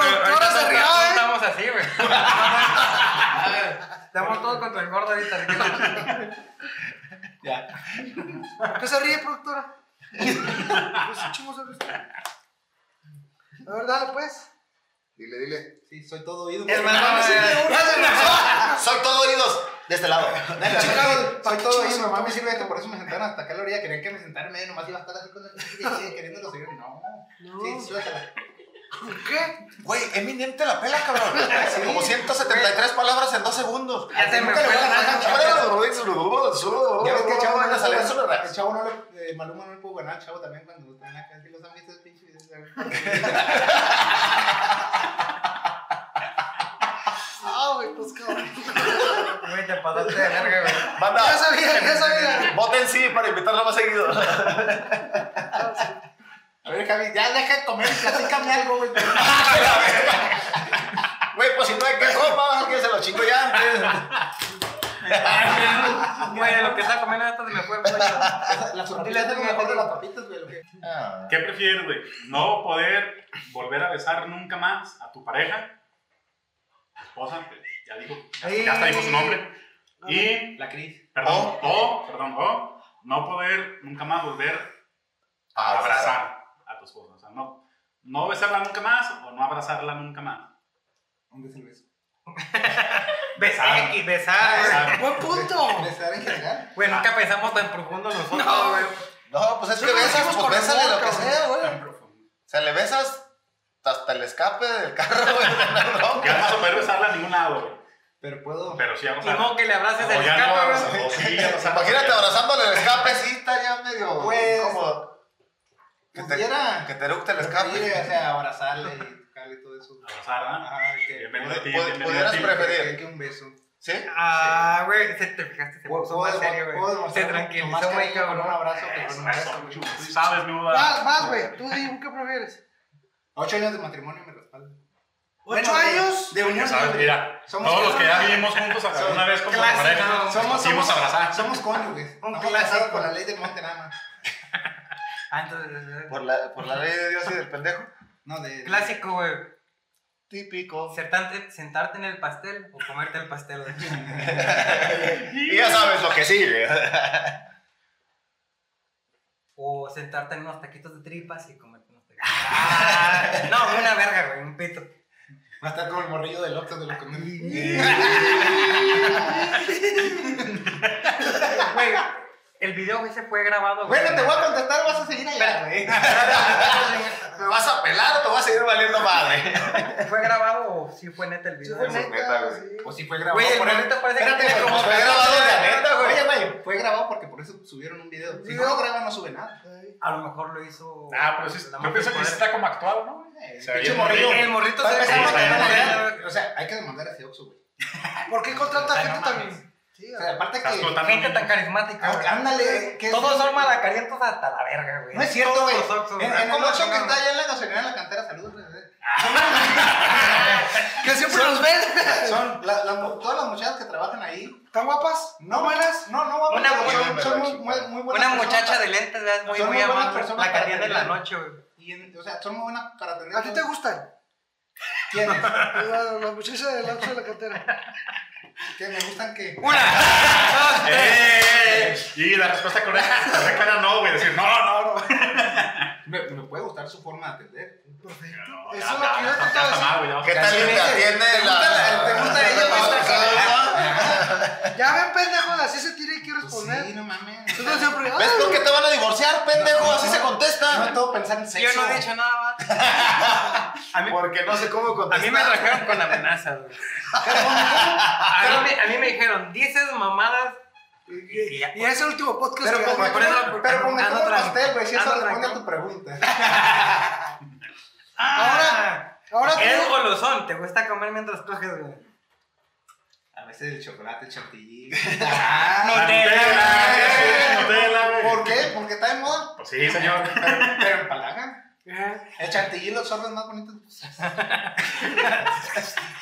Pues, productora se rió, Eh, no eh. estamos así, güey. A ver, Estamos todos contra el gordo ahorita. Ya. ¿Por qué se ríe, productora? Pues chingos se ríe. La verdad, pues. Dile, dile. Sí, soy todo oído. Es más, güey. vamos a ver. Ya se me- Soy todo oídos. De este lado. Chicos, soy todo oído. Mamá me sirve de que por eso me sentaron hasta acá a la orilla. Querían que me sentara en medio. Nomás iba a estar así con el queriéndolo seguir. No. No. Sí, suéltala. ¿Por qué? Güey, Eminem te la pela, cabrón. Como 173 palabras en dos segundos. Ya se me Nunca le fue voy la a ganar, mano, chaval. chaval. Ya ves que el chavo no le sale solo El chavo no le. eh, Maluma no le pudo ganar al chavo también cuando están acá. Si los han visto, es pinche. es- Ah, güey, pues cabrón. Güey, te pasaste de verga, güey. Ya Banda, sabía, ya sabía. voten sí para invitarlo más seguido. A ver, Javi, ya deja de comer. Platícame algo, güey. Güey, pues si no hay que copa, que se lo chingo ya antes. Güey, lo que está comiendo hasta se me fue el cuello. La frutilla es lo mejor de las papitas, güey. lo que- Ah. ¿Qué prefieres, güey? ¿No poder volver a besar nunca más a tu pareja? Esposa, que ya dijo. Ya, ya hasta dijo su nombre. Y, La Cris. perdón, o, perdón, o, no poder nunca más volver a abrazar a tu esposa. O sea, no, no besarla nunca más o no abrazarla nunca más. ¿Dónde es el beso? Besar, y besar, Abrazar. Buen punto. ¿Besar en general? güey. Güey, nunca Ah. pensamos tan profundo nosotros, güey. No, pues es que Nosotros besas, hicimos pues con el bésale lo boca, que güey. sea, güey. Tan profundo. O sea, le besas hasta el escape del carro, güey. No, no, Ya no vas a poder besarla a ningún lado, güey. Pero puedo. Pero sí Y no abrazarla. que le abraces el O ya no escape, güey. abrazas, o sí abrazarla. Imagínate abrazándole el escape, sí, está ya medio. Pues, como. Que te, pudiera. que te eructe el Sí, o escape. sea, abrazarle y tocarle y todo eso. Abrazarla. Ajá, que. Ah, Bienvenido a ti, Pod- bienvenido a podrías ti. preferir. Que un beso. ¿Sí? Ah, güey, se- te fijaste, se Puedo- puso más puedo- serio, puedo güey. Se demostrar nomás tranquilizó, que güey, digo con un cabrón. abrazo que con un Eso, beso, güey. Chuy, tú sabes, mi duda. Vas, vas, güey. Tú di, ¿qué prefieres? Ocho años de matrimonio me respalda. ¿Ocho Bueno, de- años? De eh, Ya unión. sabes, güey. mira, Somos todos los que ya casados. vivimos juntos alguna vez como Clásico. pareja, Somos, hicimos somos, abrazar. somos cónyuges. Un Estamos clásico. casados por la ley del monte nada más. Ah, entonces, eh, Por la, por la ley de Dios y del pendejo. No, de. clásico, güey. Típico. Sentarte, sentarte en el pastel o comerte el pastel, güey. Y ya sabes lo que sigue. O sentarte en unos taquitos de tripas y comerte unos taquitos. Ah. no, una verga, güey, un pito. Va a estar como el morrillo del Oxxo de los que Güey, el video güey, se fue grabado, güey. Bueno, te voy a contestar, vas a seguir allá, güey. ¿Me vas a pelar o te vas a seguir valiendo madre? ¿Fue grabado o sí fue neta el video? Sí fue güey? neta. güey. O si fue grabado Güey, el por él. morrito parece que Espérate, tiene güey, como fue tres grabado de años. la neta, güey. Oye, güey, fue grabado porque por eso subieron un video. Si no lo graban, no sube nada. Ay, A lo mejor lo hizo. Ah, pero sí, la yo pienso que mujer sí está como actuado, ¿no? El Se veía pinche el morrillo. El morrito Para se empezar, Sí, no está tiene bien. manera ve. de- O sea, hay que demandar a ese Oxxo, güey. ¿Por qué contrata Ay, no gente mames. tan.? Sí, O sea, aparte Estás que. contando. Tan gente tan carismática. güey. Ah, Ándale, que Todos son malacarientos hasta la verga, güey. No es cierto, güey. Todos los Oxxos, En, güey. en el ¿Cómo Oxxo que chingados? está allá en la gasolinera en la cantera, saludos. güey. Que siempre los ven. Son la- la- todas las muchachas que trabajan ahí. ¿Están guapas? No buenas, no, no Una guapas. buena- son, son muy, muy- muy buenas Una personas. muchacha de lentes, ¿verdad? Muy, Son muy muy buenas amable. personas La que para atiende en la atender. noche, güey. Y en- o sea, son muy buenas para atender. ¿A ti te gustan? ¿Quiénes? La, la muchacha del Oxxo de la cantera. Que me gustan que. Una, dos, tres. ¡Eh! Y la respuesta correcta correcta era no, güey. Decir, no, no, no. Me, me puede gustar su forma de atender. Perfecto. No, Eso ya, es lo que ya, yo ya, te ya estaba está diciendo. mal, güey, ya. ¿Qué tal si te atiende ¿Te gusta la... la- te Ah, gusta ella, güey? la- Ya ven, pendejo, así se tiene Ah, que responder. Sí, no mames. Tú no siempre. ¿Ves ay, por qué te van a divorciar, pendejo? No, Así se No contesta. todo pensar en sexo. Yo no he dicho nada más. A mí, Porque no sé cómo a mí me contestar. rajaron con amenazas, güey. A mí, me- a mí me dijeron, dices mamadas. Y ya. Ah. Y es el último podcast que Pero como hago. por eso- pero, pero como ando como tranquilo. pastel, güey, si eso Ando responde a tranquilo. tu pregunta. Ahora, Ahora eres tú. golosón, te gusta comer mientras coges, güey. A veces el chocolate, el chantilly. Nutella, Eh, sí, Nutella, güey. ¿Por qué? Porque está de moda. Pues sí, señor. Pero, pero empalagan. Ajá. El chantilly y los sordos más bonitos.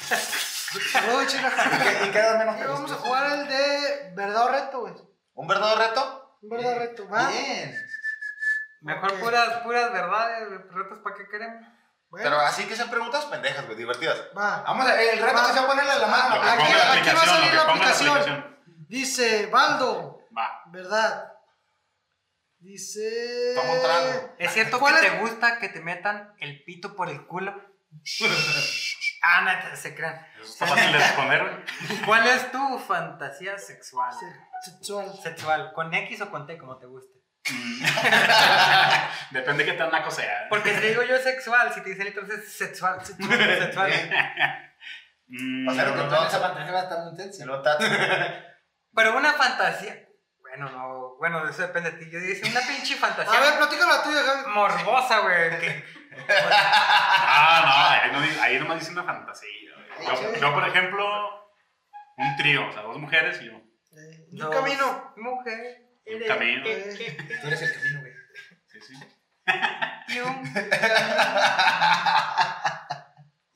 Saludos, Y chica. que- y quedan menos Ahora Vamos a jugar el de verdad o reto, güey. ¿Un verdadero reto? Un verdad o reto, Ah. va. Bien. Mejor Ok. puras, puras verdades, güey, retos para qué queremos. Bueno, Pero así que sean preguntas pendejas, güey, divertidas. va. ¿Eh? Vamos a el reto que se va a ponerle a la Lo mano. que ponga la aquí va a aplicación, salir la lo que ponga la aplicación. aplicación. Dice Baldo, Va. ¿verdad? Dice. Toma un trago. ¿Es cierto que ¿Cuál es? te gusta que te metan el pito por el culo? ah, no, te- se crean. Está fácil de responder, güey. ¿Cuál es tu fantasía sexual? Se- Sexual. Sexual, con X o con T, como te guste. Depende de qué tan naco sea. ¿eh? Porque si digo yo sexual, si te dicen entonces sexual, sexual, sexual. Mm, Pasar un Entonces, esa pantalla va a estar muy intensa. Pero una fantasía. Bueno, no, bueno, eso depende de ti. Yo dije una pinche fantasía A ver, platícame la tuya, Gaby. morbosa, güey. que- Ah, no, ahí, no, di- ahí nomás dice una fantasía. güey. Yo, yo, por ejemplo, un trío, o sea, dos mujeres y yo. Eh, Dos. Un camino. Mujer. Un camino. Eh, Tú eres el camino, güey. Sí, sí. y un-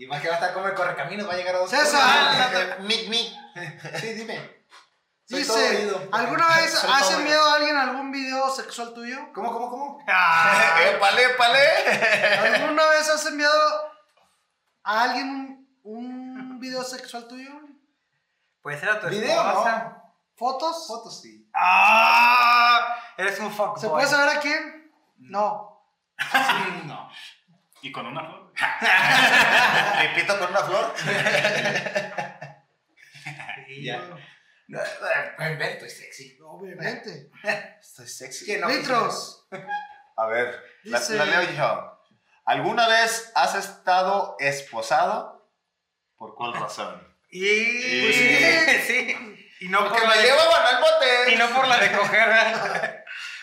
Y más que va a estar como el correcaminos, va a llegar a dos. Ah, César. Mic, mic. Sí, dime. Soy todo Dice, oído. ¿alguna vez Soy has todo oído. enviado a alguien algún video sexual tuyo? ¿Cómo, cómo, cómo? Ah, Épale, épale. ¿Alguna vez has enviado a alguien un, un video sexual tuyo? Puede ser a Pues tu ¿Video? esposa. No. ¿Fotos? Fotos, sí. Ah, eres un fuckboy. ¿Se puede saber a quién? Mm. No. Sí, no. Y con una flor. Repito con una flor. Sí. Ya. No, eh, Humberto es sexy. Obviamente. Estoy sexy. Que no, Litros. A ver, la, Dice- la leo yo. ¿Alguna vez has estado esposado? ¿Por cuál razón? Y Pues sí. sí. Y no por Porque la me de- llevaban al bote. y no por la de coger. ¿verdad?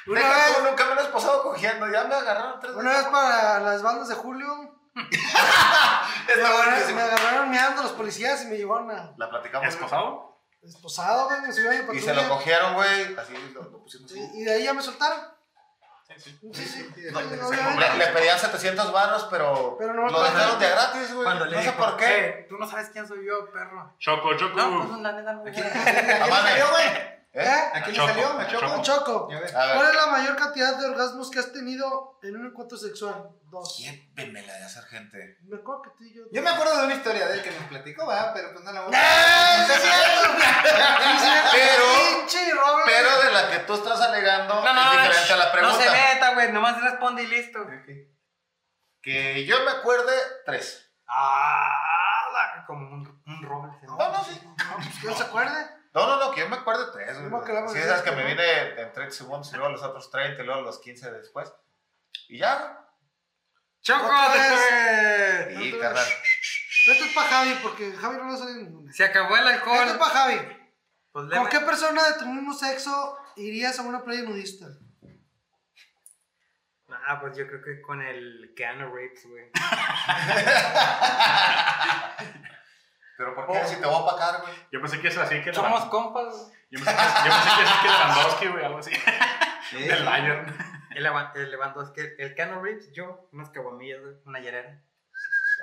Una Una vez- nunca me lo he esposado cogiendo. Ya me agarraron tres Una vez para las bandas de Julio, Es me la buena. Ah, agarraron, me agarraron meando los policías y me llevaron a... La platicamos. ¿Esposado? esposado, güey, me subió a Y mi patrulla. se lo cogieron, güey. Así lo, lo pusimos así. Y, y de ahí ya me soltaron. Sí, Sí, sí. sí, No, obviamente. Le, le pedían 700 barros, pero, Pero no lo cuando- dejaron de gratis, güey. Cuando le No sé dijo, por qué. Mm. "Eh, Tú no sabes quién soy yo, perro. Choco, Choco. No, pues la neta, güey. ¿A quién le Amane. salió, güey? Ah, ¿Eh? ¿A quién le Choco, salió? ¿A a Choco? Con Choco. Choco, Ya ves. A ver. ¿cuál es la mayor cantidad de orgasmos que has tenido en un encuentro sexual? Dos. ¿Quién me la de hacer gente? Me acuerdo que tú y yo. Yo me acuerdo de una historia de él que nos platicó, ¿verdad? Pero pues no la voy ¡Eh! a... ¡Sí es cierto! Pero, Pinche Robert. pero de la que tú estás alegando No, no, es no, diferente a la no pregunta. se meta, güey. Nomás responde y listo. que yo me acuerde, tres. Ah, la- como un, un roble. se me- No, no, sí. ¿Quién pues se acuerde? No, no, no, que yo me acuerde tres, ¿Cómo güey. que vamos Sí, a esas que hacer me esto, vine en 30 segundos y luego los otros 30 y luego los 15 después. Y ya. Choco, Otra vez. después. güey. Y Entonces- carnal. Esto es para Javi, porque Javi no lo sabe ninguna. Se acabó el Esto es alcohol. para Javi. Pues ¿Con léeme. qué persona de tu mismo sexo irías a una playa nudista? Ah, pues yo creo que con el Keanu Reeves, güey. Pero ¿por qué? Si te voy a pagar, güey. Yo pensé que es así que... Somos Yo compas. pensé que, yo pensé que es así que Lewandowski, güey, algo así. Sí. El Lion. El, Levan- el Lewandowski, el Keanu Reeves, yo, unas caguamillas, güey, una llerera.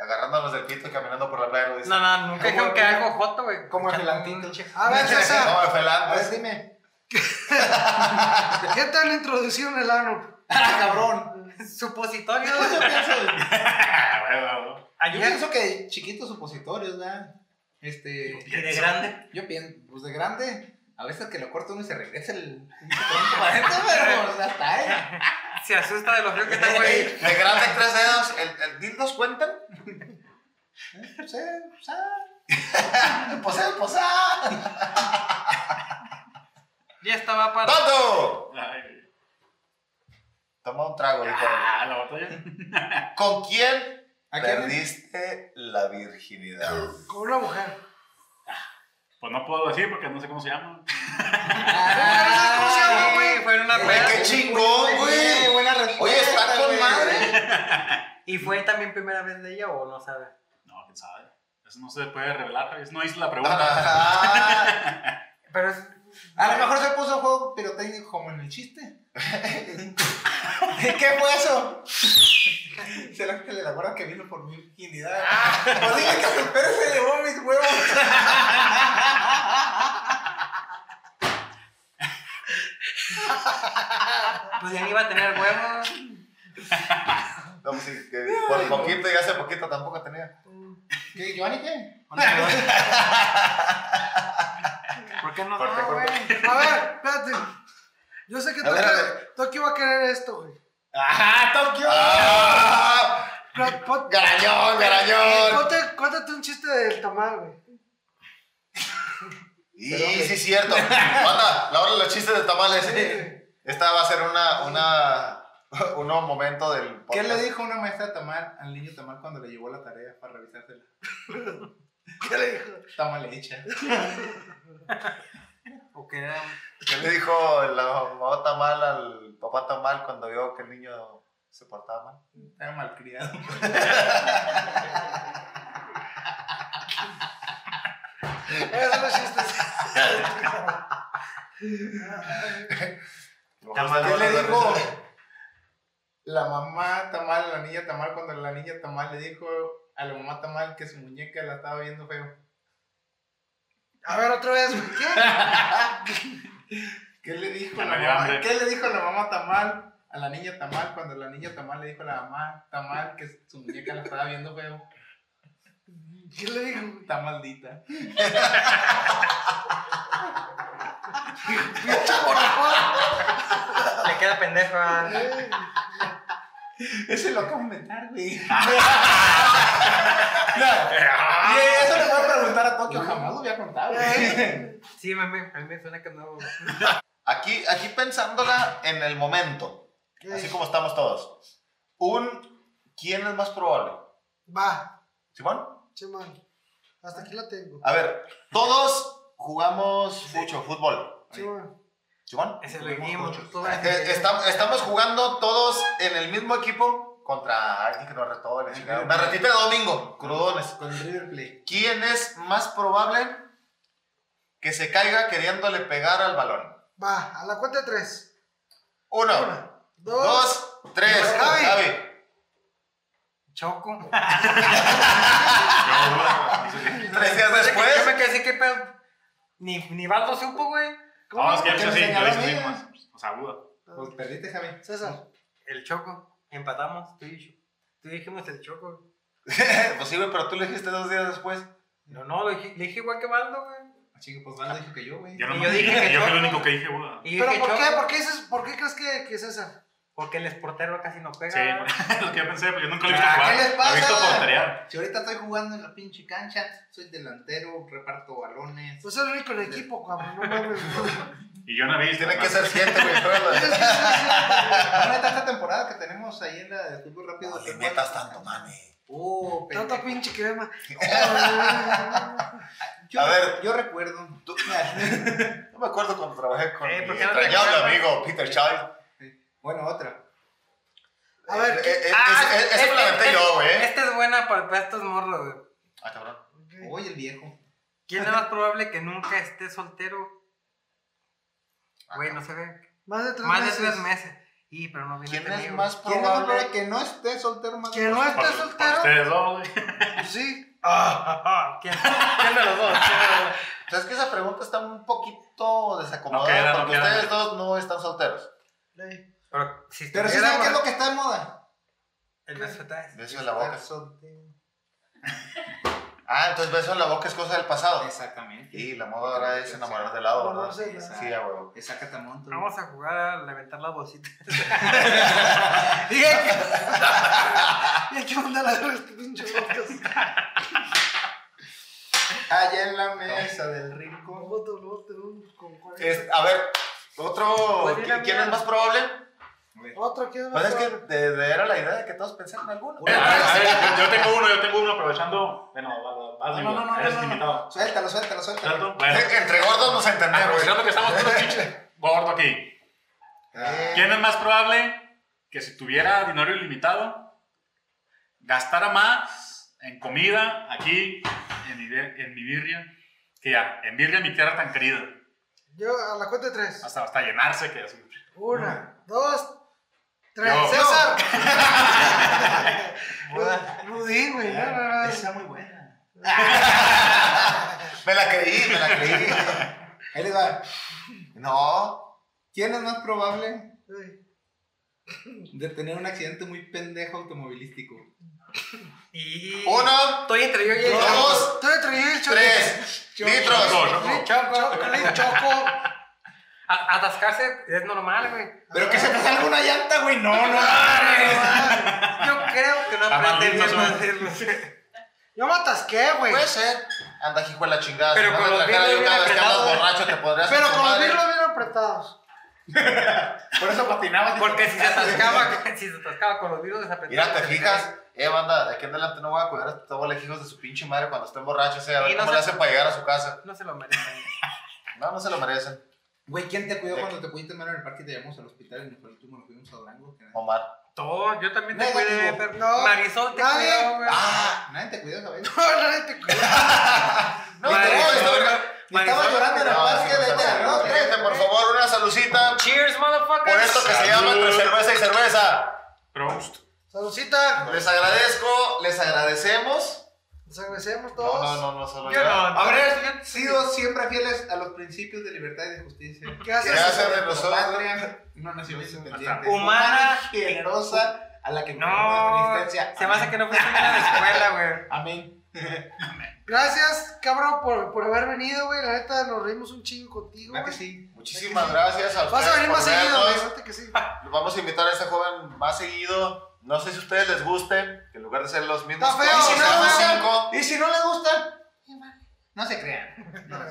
Agarrándonos del pito y caminando por la playa. lo dice. No, no, nunca dijeron que algo joto, güey. Como el Echando un gelantito. pinche- A ver, César, No, Felán, A ver, pues. dime. ¿qué te han introducido en el ano? ¡Ah, cabrón! Supositorio. Pues Yo pienso, Ah, güey, güey, güey. yo Ayer. pienso que de chiquitos supositorios, ¿verdad? Este... Y de grande. Yo pienso, pues de grande... A veces que lo corto uno y se regresa el... para adentro, pero pues, hasta ahí. Se asusta de lo frío que está, güey. De grande tres dedos, ¿el, el dildos cuentan? Pues, eh, pues, ah. Posá, posá. Ya estaba para. ¡Dondo! Ay, Toma un trago, ahorita. ah, la batalla. ¿Con quién ¿A quién? perdiste la virginidad? Con una mujer. Pues no puedo decir porque no sé cómo se llama. ¿Sabes cómo se llama, güey? Ah, Fue en una Güey, peda. qué chingón, Eh, güey. buena respuesta, Oye, está con güey. madre. ¿Y fue también primera vez de ella o no sabe? No, quién sabe. Eso no se puede revelar. Eso no hice la pregunta. Ah, Pero es. A lo mejor se puso juego pirotécnico como en el chiste. ¿Qué fue eso? Será que le la guarda que vino por mi virginidad. O dije que su perro se llevó mis huevos. Pues ya ni iba a tener huevos. no, pues sí, que por poquito y hace poquito tampoco tenía. ¿Qué, Giovanni qué? ¿Por qué no? Corte, no, corte. güey? A ver, espérate. Yo sé que A ver, a Toki- Toki va a querer esto, güey. ¡Ajá, Tokio! ¡Ah! Pero pon- ¡Garañón, garañón! Cuéntate, cuéntate un chiste del tamal, güey. Y sí, es cierto. Banda, la hora de los chistes de tamales. Esta va a ser una, una, un nuevo momento del podcast. ¿Qué le dijo una maestra Tamal al niño Tamal cuando le llevó la tarea para revisársela? ¿Qué le dijo? Tamal hecha. ¿O qué era? ¿Qué le dijo la mamá tamal al papá tamal cuando vio que el niño se portaba mal? Estaba malcriado. Esos son los chistes. ¿Qué le dijo la mamá Tamal a la niña Tamal cuando la niña Tamal le dijo a la mamá Tamal que su muñeca la estaba viendo feo? A ver, otra vez, güey. ¿Qué? ¿Qué le dijo Ya la me dio mamá? hambre. ¿Qué le dijo la mamá Tamal a la niña Tamal cuando la niña Tamal le dijo a la mamá Tamal que su muñeca la estaba viendo feo? ¿Qué le dijo? güey? Está maldita. Pinche gorajón. Le queda pendejo. ah. Eh, Ese lo acabo de inventar, güey. No, y eso le voy a preguntar a Tokio, jamás lo voy a contar, güey. eh. Sí, mami, a mí me suena que no. Aquí, aquí pensándola en el momento, así como estamos todos. Un, ¿quién es más probable? Va, ¿Simón? Chimón. Hasta aquí la tengo. A ver, todos jugamos mucho fútbol. Chimón. ¿Simón? Ese lo dijimos. todo Eh, estam- estamos jugando todos en el mismo equipo contra alguien que nos retó. la chingada. Una retita de domingo, crudones. Con River Plate. ¿Quién es más probable que se caiga queriéndole pegar al balón. Va, a la cuenta de tres. Uno, Una, dos. dos, tres. Javi. Javi. Choco. Tres días Yo me después. quedé así, ¿qué pedo? Ni, ni Baldo supo, güey. No, es que yo hice ¿Por qué así, me yo hice así señaló a mí? nomás. O sea, agudo. Pues perdiste, Javi. César. El Choco. Empatamos, tú y yo. Tú dijimos el Choco. güey. pues sí, güey, pero tú le dijiste dos días después. No, no, le dije, le dije igual que Baldo, güey. Así que pues Valdo dijo que yo, güey. Yo, Y no yo dije que yo Choco. fui el único que dije agudo. Y yo ¿Pero dije, por qué? Choco, ¿Por qué, dices- por qué crees que, que César? Porque el esportero casi no pega. Sí, es lo que yo pensé, pero yo nunca lo he visto Ah, jugar. ¿Qué les Lo he visto portería. pasa? Si ahorita estoy jugando en la pinche cancha, soy delantero, reparto balones. Pues es el único en el equipo, cabrón. No mames. Y yo no he visto. Tiene que ¿no? ser siete, güey. pruébalo. Ahora esta temporada que tenemos ahí en la de fútbol rápido. No le metas tanto, mami. Oh, Tanta pendejo. pinche crema. Yo, A ver. yo recuerdo. No me acuerdo cuando trabajé con Eh, mi ¿por qué no te entrañable acuerdas? amigo Peter Child. bueno, otra. A ver, Eh, eh, Ah, es- es- eso me lo este- aventé yo, güey. eh. Esta es buena para, para estos morros, güey. Ah, cabrón. Hoy el viejo. ¿Quién es más probable que nunca esté soltero? Ah, Güey, no se ve. Más de tres Más de meses. tres meses. Y, pero no viene ¿Quién tenido, es güey. más ¿Quién es más probable probable? que no esté soltero más? Que no Por- estés por soltero. Ustedes dos, güey. Pues sí. Ah, ah, ah, ¿Quién? ¿Quién de los dos? ¿Quién de los dos? ¿Sabes que esa pregunta está un poquito desacomodada? No queda, no porque queda. ustedes dos no están solteros. Ey, Pero si Pero sí saben qué es lo que está de moda. El ¿eh? beso está- Beso en la boca. soltero. Ah, entonces beso en la boca es cosa del pasado. Exactamente. Y la moda ahora es enamorar de lado, No, no ¿verdad? sé, Sí, ¿verdad? sí. Sí, a huevo. Es Acatamón. Vamos a jugar a levantar las bolsitas. Dije que- Hay que mandar a ver este pinche podcast. Allá en la mesa del rincón. Con otro, otro, con cuarenta. Es- a ver, otro. Pues mira, ¿qui- ¿Quién mira. es más probable? Otro, ¿quién Pues es que de- de- era la idea de que todos pensaran en alguno. Eh, a ver, a ver, yo tengo uno, yo tengo uno aprovechando. Bueno, vas, vas, No, no, no, digo, no, eres no, no. invitado. Suéltalo, suéltalo, suéltalo. ¿Cierto? Bueno, Entre gordos nos entendemos. aprovechando que estamos todos pinches gordo aquí. Eh, Ah, ¿Quién es más probable que si tuviera dinero ilimitado, gastara más en comida aquí, en mi, vir- en mi birria, que ya, en birria mi tierra tan querida, Yo a la cuenta de tres. hasta, hasta llenarse que así. Una, dos, tres. Yo. César. Lo- Lo di, güey. No, no, no. Está muy buena. Me la creí, me la creí. Ahí les va. No. ¿Quién es más probable Ey, de tener un accidente muy pendejo automovilístico? Y... Uno, Estoy entre yo y el Dos. Choco. Tú le traías el choco. tres, litros. Choco. Chocolate, choco. A- Atascarse es normal, güey. Pero que se te salga una llanta, güey. No, no. Yo creo que no Está aprende bien maldito, a son- hacerlo. Yo me atasqué, güey. Puede ser. Anda, hijo de la chingada. Pero si no con me los trajera birlos yo cada vez bien que andas apretados. borracho te podrías. Pero con los madre. birlos bien apretados. Por eso patinaba. Porque si se atascaba, si se atascaba con los virus Mira, desapretados. te fijas. Eh, banda, de aquí en adelante no voy a cuidar a todos los hijos de su pinche madre cuando estén borrachos. Eh, a Y ver no cómo se- le hacen para llegar a su casa. No se lo merecen. No, no se lo merecen. Güey, ¿quién te cuidó De- cuando te pudiste mal en el parque y te llevamos al hospital y nos último nos fuimos a Durango? Que nadie- Omar. Todo, yo también te Negativo. cuidé, pero No. Marisol te Nadie. cuidó, güey. Ah, Nadie te cuidó, ¿sabes? Nadie te cuida. no, Madre, te voy, no, no, no. Y estaba Marisol- llorando en el No, parque de allá. no, No, gente, por favor, una salucita Cheers, motherfucker. por esto que se llama entre Salud. cerveza y cerveza. Prost. Saludcita. Les agradezco, les agradecemos. Les agradecemos No, todos. no, no, no solo Yo yo. no. Habrán sido siempre fieles a los principios de libertad y de justicia. Gracias. Gracias de nosotros. Patria, una nación independiente. Humana. y generosa a la que No, resistencia. se me hace que no fuiste bien a la escuela, güey. Amén. Gracias, cabrón, por, por haber venido, güey. La neta, nos reímos un chingo contigo, ¿Verdad que güey. sí? Muchísimas gracias a ustedes. Vas a venir por más seguido, vernos. güey. fíjate que sí. Los Vamos a invitar a este joven más seguido. No sé si a ustedes les guste, que en lugar de ser los mismos Está feo, cuatro, sí, seamos está feo. cinco. Y si no les gusta, no se crean.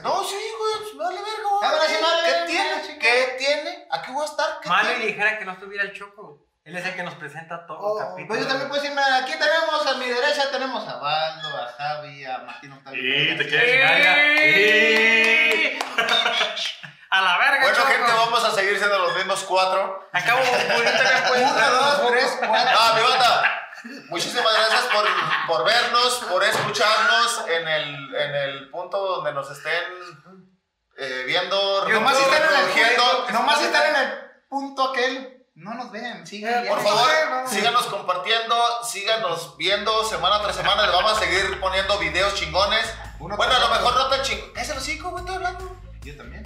No, sí, güey, no vale verga, güey. Ah, bueno, sí, no vale verga, ¿Qué tiene? chingada. ¿Qué tiene? ¿A qué voy a estar? ¿Qué Malo y tiene? ligera que no estuviera el Choco. Él es el que nos presenta todos Oh, los capítulos. Pues yo también puedo decirme, aquí tenemos a mi derecha, tenemos a Baldo, a Javi, a Martín Octavio. Y te quieres ¡Eh! llenar ya. Y- A la verga, Bueno, Choco. gente, vamos a seguir siendo los mismos cuatro. Acabo bonito que puedes Uno, dar un dos, poco. tres, cuatro. Ah, mi banda. Muchísimas gracias por, por vernos, por escucharnos en el, en el punto donde nos estén eh, viendo, Yo nomás están en el reproduciendo. punto- Nomás están en el punto aquel. No nos vean, sigan. Eh, Por Sí, favor, no, no. síganos compartiendo, síganos viendo semana tras semana. Les vamos a seguir poniendo videos chingones. Uno bueno, a tras lo otro. mejor no tan chingón. Cállese los cinco, güey, estoy hablando. Yo también.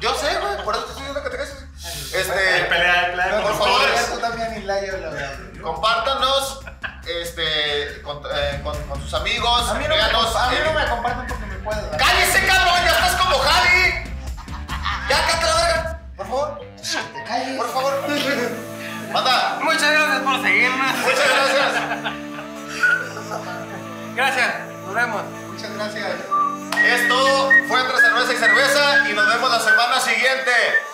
Yo sé, güey, por eso te estoy diciendo que te calles. Hay Este, pelea, hay pelea de por tú favor. también, conductores. Tú también, y Layo, la verdad. compártanos este, con, eh, con- con sus amigos. A mí no me, Síganos, a mí no eh, me comparten porque me puedo. ¿verdad? ¡Cállese, cabrón! ¡Ya estás como Javi! ¡Ya, cállate la verga! Por favor, Te calles. por favor. Manda, Muchas gracias por seguirnos. muchas gracias. Gracias. Nos vemos. Muchas gracias. Esto fue entre cerveza y cerveza y nos vemos la semana siguiente. eh.